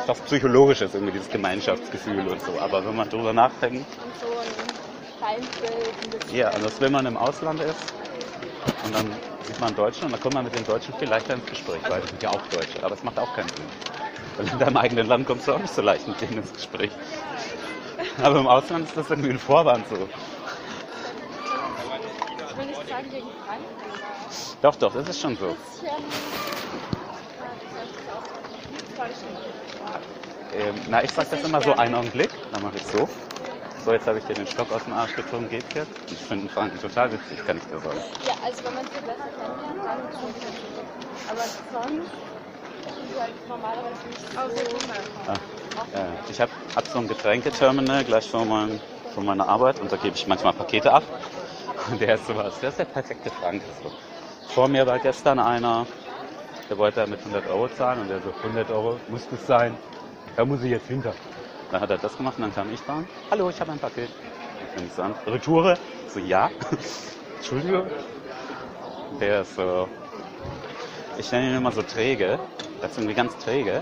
Speaker 5: was Psychologisches, irgendwie dieses Gemeinschaftsgefühl und so. Aber wenn man drüber nachdenkt,
Speaker 4: Und so ein Feindbild, ein bisschen.
Speaker 5: ja, und das will man im Ausland ist. Und dann sieht man Deutsche und dann kommt man mit den Deutschen viel leichter ins Gespräch, weil die sind ja auch Deutsche. Aber es macht auch keinen Sinn. Weil in deinem eigenen Land kommst du auch nicht so leicht mit denen ins Gespräch. Aber im Ausland ist das irgendwie ein Vorwand so.
Speaker 4: Ich will nicht sagen gegen Frankreich.
Speaker 5: Doch, doch, das ist schon so.
Speaker 4: äh,
Speaker 5: Ähm, na, ich sag das immer so einen Augenblick, dann mach ich so. So, jetzt habe ich dir den Stock aus dem Arsch gezogen, geht's jetzt? Ich finde den Franken total witzig, kann ich dir sagen.
Speaker 4: Ja, also wenn man sie besser kennenlernt, dann schon. Aber sonst ist es halt normalerweise nicht so.
Speaker 5: Ah, äh, ich habe hab so ein Getränketerminal gleich vor, mein, vor meiner Arbeit und da gebe ich manchmal Pakete ab. Und der ist sowas. Das ist der perfekte Frank. So. Vor mir war gestern einer, der wollte mit 100 Euro zahlen und der so, 100 Euro muss das sein. Da muss ich jetzt hinter. Dann hat er das gemacht und dann kam ich dran. Hallo, ich habe ein Paket. Dann ich so an. Retoure? So, ja. Entschuldigung. Der ist so, ich nenne ihn immer so träge. Das ist irgendwie ganz träge.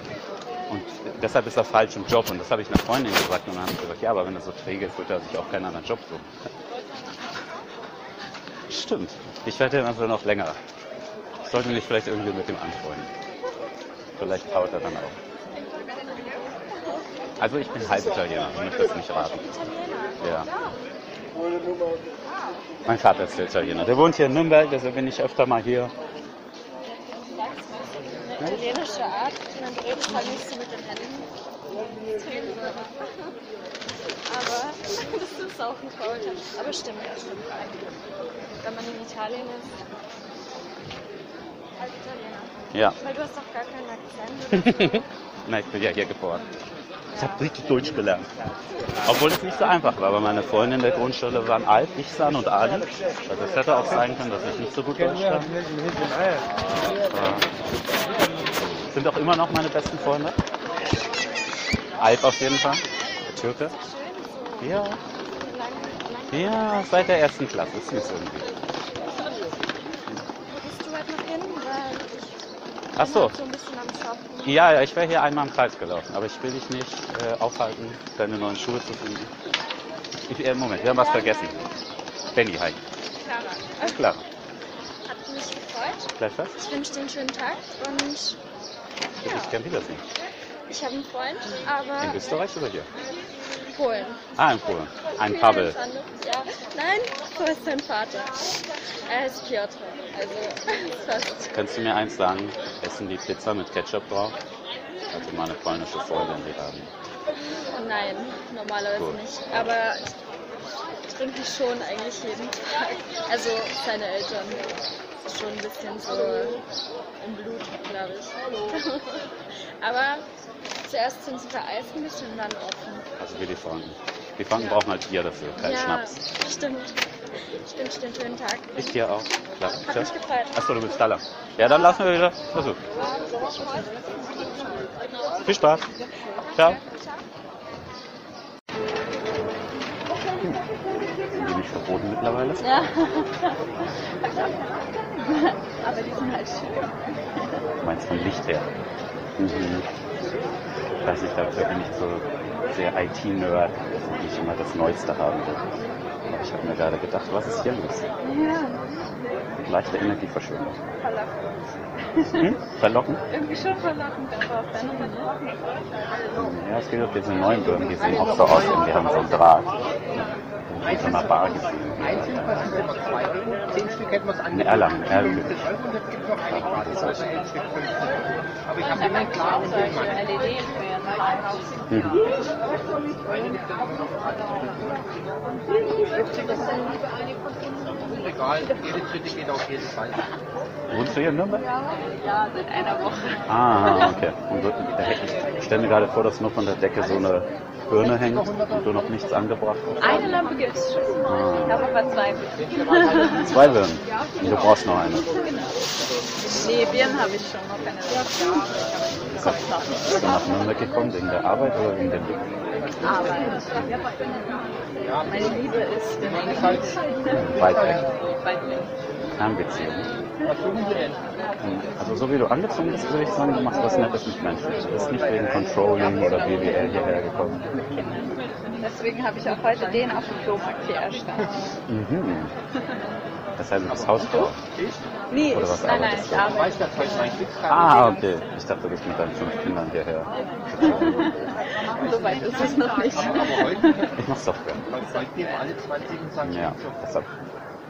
Speaker 5: Und deshalb ist er falsch im Job. Und das habe ich einer Freundin gesagt. Und dann haben sie gesagt, ja, aber wenn er so träge ist, wird er sich auch keinen anderen Job suchen. Stimmt. Ich werde also noch länger. Ich sollte mich vielleicht irgendwie mit dem anfreunden. Vielleicht haut er dann auch. Also ich bin halb Italiener, ich möchte das nicht raten. Ja. Mein Vater ist Italiener. Der wohnt hier in Nürnberg, deshalb bin ich öfter mal hier.
Speaker 4: Eine italienische Art, man redet halt nicht so mit den Händen. Aber das ist auch ein Vorurteil. Aber stimmt, das stimmt eigentlich. Wenn man in Italien ist, als Italiener.
Speaker 5: Ja.
Speaker 4: Weil du hast doch gar keinen Akzent.
Speaker 5: Na, ich bin ja hier geboren. Ich habe richtig Deutsch gelernt. Obwohl es nicht so einfach war, weil meine Freunde in der Grundschule waren Alp, ich San und Ali. Also es hätte auch sein können, dass ich nicht so gut Deutsch kann. Aber Sind auch immer noch meine besten Freunde. Alp auf jeden Fall. Der Türke. Ja. Ja, seit der ersten Klasse. Ist nicht so irgendwie.
Speaker 4: Gehst du halt noch hin, weil ich halt
Speaker 5: Ach so. Hm.
Speaker 4: so ein bisschen am Shoppen.
Speaker 5: Ja, ja, ich wäre hier einmal im Kreis gelaufen, aber ich will dich nicht äh, aufhalten, deine neuen Schuhe zu finden. Ich, äh, Moment, wir haben was vergessen. Benny, hi. Clara. Clara.
Speaker 4: Hat mich gefreut.
Speaker 5: Gleich was?
Speaker 4: Ich wünsche dir einen schönen Tag und
Speaker 5: Ich kenne die das nicht.
Speaker 4: ich habe einen Freund,
Speaker 5: In
Speaker 4: aber
Speaker 5: Österreich oder hier?
Speaker 4: Polen.
Speaker 5: Ah, in Polen. Ein Pavel.
Speaker 4: Ja, nein, so ist sein Vater. Er ist Piotr. Also, fast.
Speaker 5: Kannst du mir eins sagen? Essen die Pizza mit Ketchup drauf? Also meine polnische Freundin, die haben.
Speaker 4: Nein, normalerweise
Speaker 5: Gut.
Speaker 4: nicht. Aber ich trinke schon eigentlich jeden Tag. Also, seine Eltern. Das ist schon ein bisschen so im Blut, glaube ich. Aber zuerst sind sie vereist ein bisschen und dann offen.
Speaker 5: Also wie die Franken. Die Franken brauchen halt Bier dafür, kein
Speaker 4: ja,
Speaker 5: Schnaps.
Speaker 4: stimmt. Ich wünsche dir einen schönen Tag.
Speaker 5: Ich dir auch. Klar.
Speaker 4: Hat mich gefreut.
Speaker 5: Achso, du bist da lang. Ja, dann lassen wir wieder. Also.
Speaker 4: Genau.
Speaker 5: Viel Spaß. Ciao. Hm. Bin ich verboten mittlerweile? Ja. Aber die sind halt schön. Meinst vom Licht her? Mhm. Ich weiß nicht, dafür bin ich so sehr IT-Nerd, dass ich immer das Neueste haben will. Aber ich habe mir gerade gedacht, was ist hier los? Leichte Energieverschwendung. Hm? Verlocken?
Speaker 6: Irgendwie schon verlockend, aber auf der anderen Seite
Speaker 5: Ja, es geht auf diese neuen Böhmen, die sehen auch so aus, und die haben so einen Draht. Wie so einer Bar gesehen. In Erlangen, Erlangen. Mhm.
Speaker 8: Regal, jede Tüte geht auf jeden Fall.
Speaker 5: Wohnst du hier in Nürnberg?
Speaker 4: Ja, seit einer Woche.
Speaker 5: Ah, okay. Und so, ich stelle mir gerade vor, dass nur von der Decke so eine Birne hängt und du noch nichts angebracht hast. Ah.
Speaker 4: Eine Lampe gibt's schon. Ich habe aber zwei Birnen.
Speaker 5: Zwei Birnen. Und du brauchst noch eine.
Speaker 4: Nee, Birnen habe ich schon, noch keine Lampe. Kommt noch nicht.
Speaker 5: Bist du nach Nürnberg gekommen wegen der Arbeit oder wegen dem Weg?
Speaker 4: Aber meine Liebe ist in England.
Speaker 5: Weit weg.
Speaker 4: Weit weg.
Speaker 5: Fernbeziehung. Also so wie du angezogen bist, würde ich sagen, du machst was Nettes mit Menschen. Du bist nicht wegen Controlling oder BWL hierher gekommen.
Speaker 4: Deswegen habe ich auch heute den auf dem Flohmarkt hier erstanden.
Speaker 5: Mhm. Das heißt, du bist Hausfrau.
Speaker 4: Nee,
Speaker 5: Oder was
Speaker 4: ich, nein, nein,
Speaker 5: arbeitest
Speaker 4: ich arbeite.
Speaker 8: Ich hab heute mein Glück
Speaker 5: Ah, okay. Ich dachte, du bist mit deinen fünf Kindern hierher.
Speaker 4: So weit ist es noch nicht.
Speaker 5: Ich mach Software.
Speaker 8: gehabt, weil wir alle 20 und sagen,
Speaker 5: Ja, deshalb.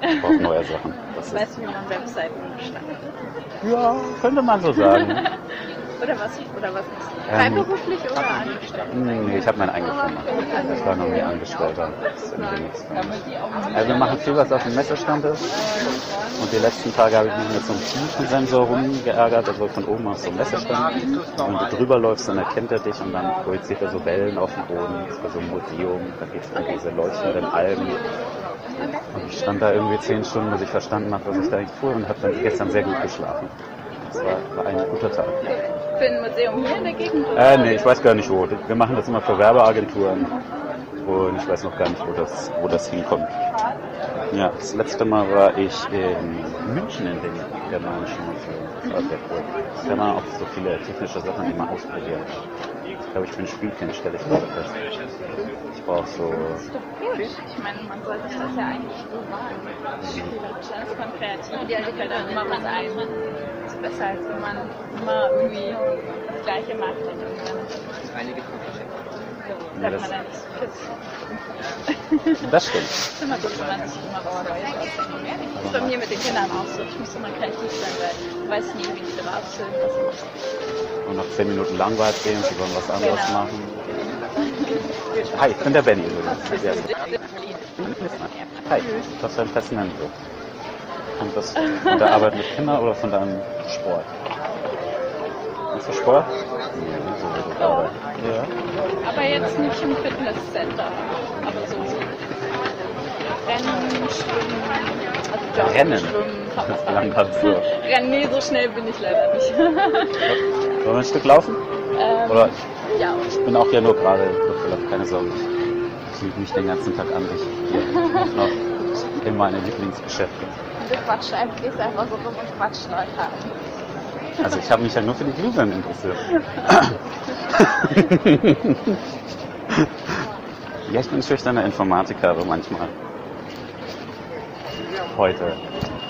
Speaker 5: Ich brauche neue Sachen. Das ist,
Speaker 4: Weißt du, wie man Webseiten gestaltet?
Speaker 5: ja, könnte man so sagen.
Speaker 4: Oder was? Oder was nicht?
Speaker 5: Ähm,
Speaker 4: Beruflich oder angestellt?
Speaker 5: Nee, Hm, ich habe meinen eigenen Firma. Ich war noch nie Angestellter. Das ist irgendwie nichts für mich. Also wir machen viel, was auf dem Messestand ist. Und die letzten Tage habe ich mich mit so einem Tiefensensor rumgeärgert, also von oben auf so einem Messestand. Und wenn du drüber läufst, dann erkennt er dich und dann projiziert er so Wellen auf den Boden. Das war so ein Museum, da geht es um diese leuchtenden Algen. Und ich stand da irgendwie zehn Stunden, bis ich verstanden habe, was ich da eigentlich tue und habe dann gestern sehr gut geschlafen. Das war, war ein guter Tag.
Speaker 4: Für ein Museum hier in der Gegend?
Speaker 5: Äh, nee, ich weiß gar nicht wo. Wir machen das immer für Werbeagenturen. Und ich weiß noch gar nicht, wo das, wo das hinkommt. Ja, das letzte Mal war ich in München in dem Germanischen Museum. Das war sehr cool. Da kann man auch so viele technische Sachen immer ausprobieren. Ich glaube, ich bin Spielkind, stelle ich gerade fest. Ich brauche so
Speaker 4: Gut. Ich meine, man sollte das ja eigentlich so wagen. Dann ist man kreativ, ja, fällt dann immer was ein. Das ist besser, als wenn man immer irgendwie das Gleiche macht. Und dann
Speaker 8: einige von euch.
Speaker 5: Ja,
Speaker 4: sagt
Speaker 5: das-
Speaker 4: man dann, das ist
Speaker 5: Das stimmt.
Speaker 4: immer gut, wenn man sich immer was Neues ausdenkt. Das ist bei mir mit den Kindern auch so. Ich muss immer kreativ sein, weil ich weiß nie, wie die drauf sind. Das
Speaker 5: Und nach zehn Minuten langweilt sehen, sie wollen was anderes
Speaker 4: Genau.
Speaker 5: machen. Hi, ich bin der Benny übrigens. Ja. Hi, du hast deinen festen Handel. Und das von der Arbeit mit Kindern oder von deinem Sport? Machst du Sport? Ja, so wird es Arbeit. Ja.
Speaker 4: Aber jetzt nicht im Fitnesscenter. Aber so Rennen, Schwimmen, also Joggen,
Speaker 5: Rennen?
Speaker 4: Schwimmen,
Speaker 5: Das
Speaker 4: Fahrrad.
Speaker 5: langweilt so.
Speaker 4: Rennen, nee, so schnell bin ich leider nicht.
Speaker 5: Wollen wir ein Stück laufen?
Speaker 4: ähm,
Speaker 5: Oder
Speaker 4: ja,
Speaker 5: ich bin auch ja nur gerade gefüllt, keine Sorge. Ich liege nicht den ganzen Tag an dich. Hier, ich noch in meine Lieblingsgeschäfte.
Speaker 4: wir quatschen einfach, gehst einfach so rum und quatschen Leute an.
Speaker 5: Also ich habe mich ja nur für die Glühbirnen interessiert. ja, ich bin ein schüchterner Informatiker, aber manchmal. Heute.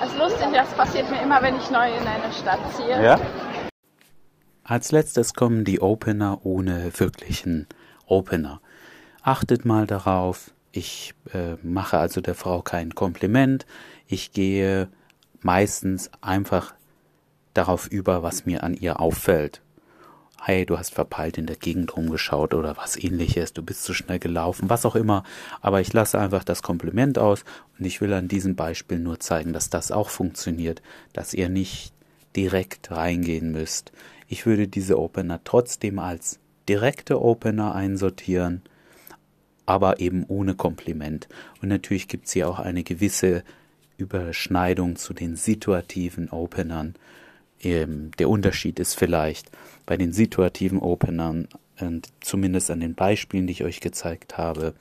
Speaker 4: Das ist Also lustig, das passiert mir immer, wenn ich neu in eine Stadt ziehe.
Speaker 5: Ja?
Speaker 1: Als letztes kommen die Opener ohne wirklichen Opener. Achtet mal darauf, ich äh, mache also der Frau kein Kompliment. Ich gehe meistens einfach darauf über, was mir an ihr auffällt. Hey, du hast verpeilt in der Gegend rumgeschaut oder was ähnliches, du bist zu schnell gelaufen, was auch immer. Aber ich lasse einfach das Kompliment aus und ich will an diesem Beispiel nur zeigen, dass das auch funktioniert, dass ihr nicht direkt reingehen müsst. Ich würde diese Opener trotzdem als direkte Opener einsortieren, aber eben ohne Kompliment. Und natürlich gibt's hier auch eine gewisse Überschneidung zu den situativen Openern. Ähm, der Unterschied ist vielleicht bei den situativen Openern, und zumindest an den Beispielen, die ich euch gezeigt habe,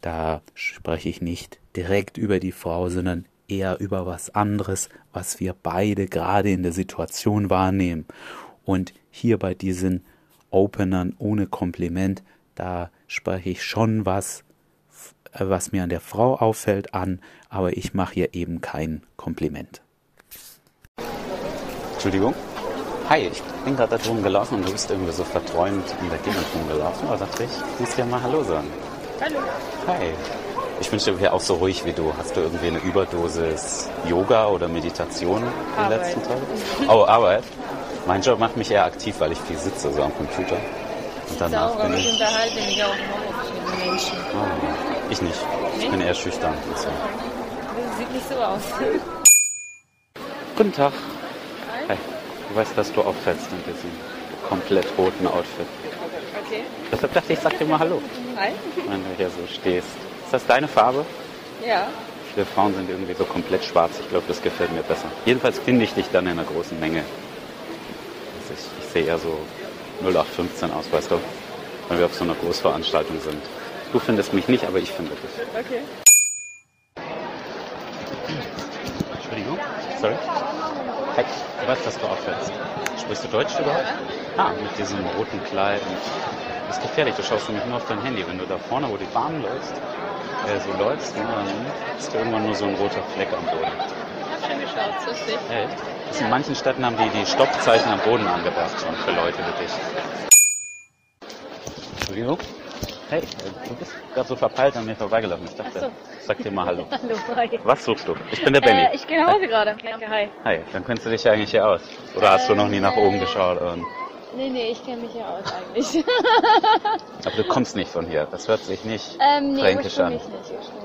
Speaker 1: da spreche ich nicht direkt über die Frau, sondern eher über was anderes, was wir beide gerade in der Situation wahrnehmen. Und hier bei diesen Openern ohne Kompliment, da spreche ich schon was, f- äh, was mir an der Frau auffällt, an, aber ich mache ihr eben kein Kompliment.
Speaker 5: Entschuldigung. Hi, ich bin gerade da drum gelaufen und du bist irgendwie so verträumt in der Gegend rumgelaufen. Da dachte ich, ich muss dir mal Hallo sagen. Hallo. Hi. Ich wünschte, ich wäre auch so ruhig wie du. Hast du irgendwie eine Überdosis Yoga oder Meditation in den letzten Tagen? Oh, Arbeit. Mein Job macht mich eher aktiv, weil ich viel sitze, so am Computer. Und danach bin ich...
Speaker 4: unterhalte mich auch noch mit Menschen.
Speaker 5: Ah, ich nicht. Ich bin eher schüchtern. deswegen.
Speaker 9: aber es sieht nicht so aus.
Speaker 5: Guten Tag. Hi. Du weißt, dass du auffällst in diesem komplett roten Outfit.
Speaker 9: Okay.
Speaker 5: Deshalb dachte ich, sag dir mal Hallo,
Speaker 9: Hi.
Speaker 5: wenn du hier so stehst. Ist das deine Farbe?
Speaker 9: Ja.
Speaker 5: Viele Frauen sind irgendwie so komplett schwarz. Ich glaube, das gefällt mir besser. Jedenfalls finde ich dich dann in einer großen Menge. Also ich, ich sehe eher so 0815 aus, weißt du, wenn wir auf so einer Großveranstaltung sind. Du findest mich nicht, aber ich finde dich.
Speaker 9: Okay.
Speaker 5: Entschuldigung, sorry. Hey, du weißt, dass du auffällst. Sprichst du Deutsch überhaupt? Ah, mit diesem roten Kleid. Und das ist gefährlich, du schaust nämlich nur auf dein Handy. Wenn du da vorne, wo die Bahn läufst, äh, so läufst, ne, dann ist da irgendwann nur so ein roter Fleck am
Speaker 9: Ich
Speaker 5: Boden.
Speaker 9: hab schon geschaut, ist lustig.
Speaker 5: Echt? Das in manchen Städten haben die die Stoppzeichen am Boden angebracht schon für Leute wie dich. Entschuldigung. Hey, äh, du bist gerade so verpeilt an mir vorbeigelaufen. Ich dachte,
Speaker 9: Ach so.
Speaker 5: sag dir mal Hallo.
Speaker 9: Hallo, hi.
Speaker 5: Was suchst du? Ich bin der Benny.
Speaker 9: Äh, ich gehe nach Hause gerade. Danke, hi. Äh,
Speaker 5: Hi, dann kennst du dich ja eigentlich hier aus. Oder hast du noch nie nach oben geschaut? Und...
Speaker 9: Nee, nee, ich kenne mich ja aus eigentlich.
Speaker 5: Aber du kommst nicht von hier. Das hört sich nicht
Speaker 9: ähm, nee,
Speaker 5: fränkisch an.
Speaker 9: ursprünglich nicht. Ursprünglich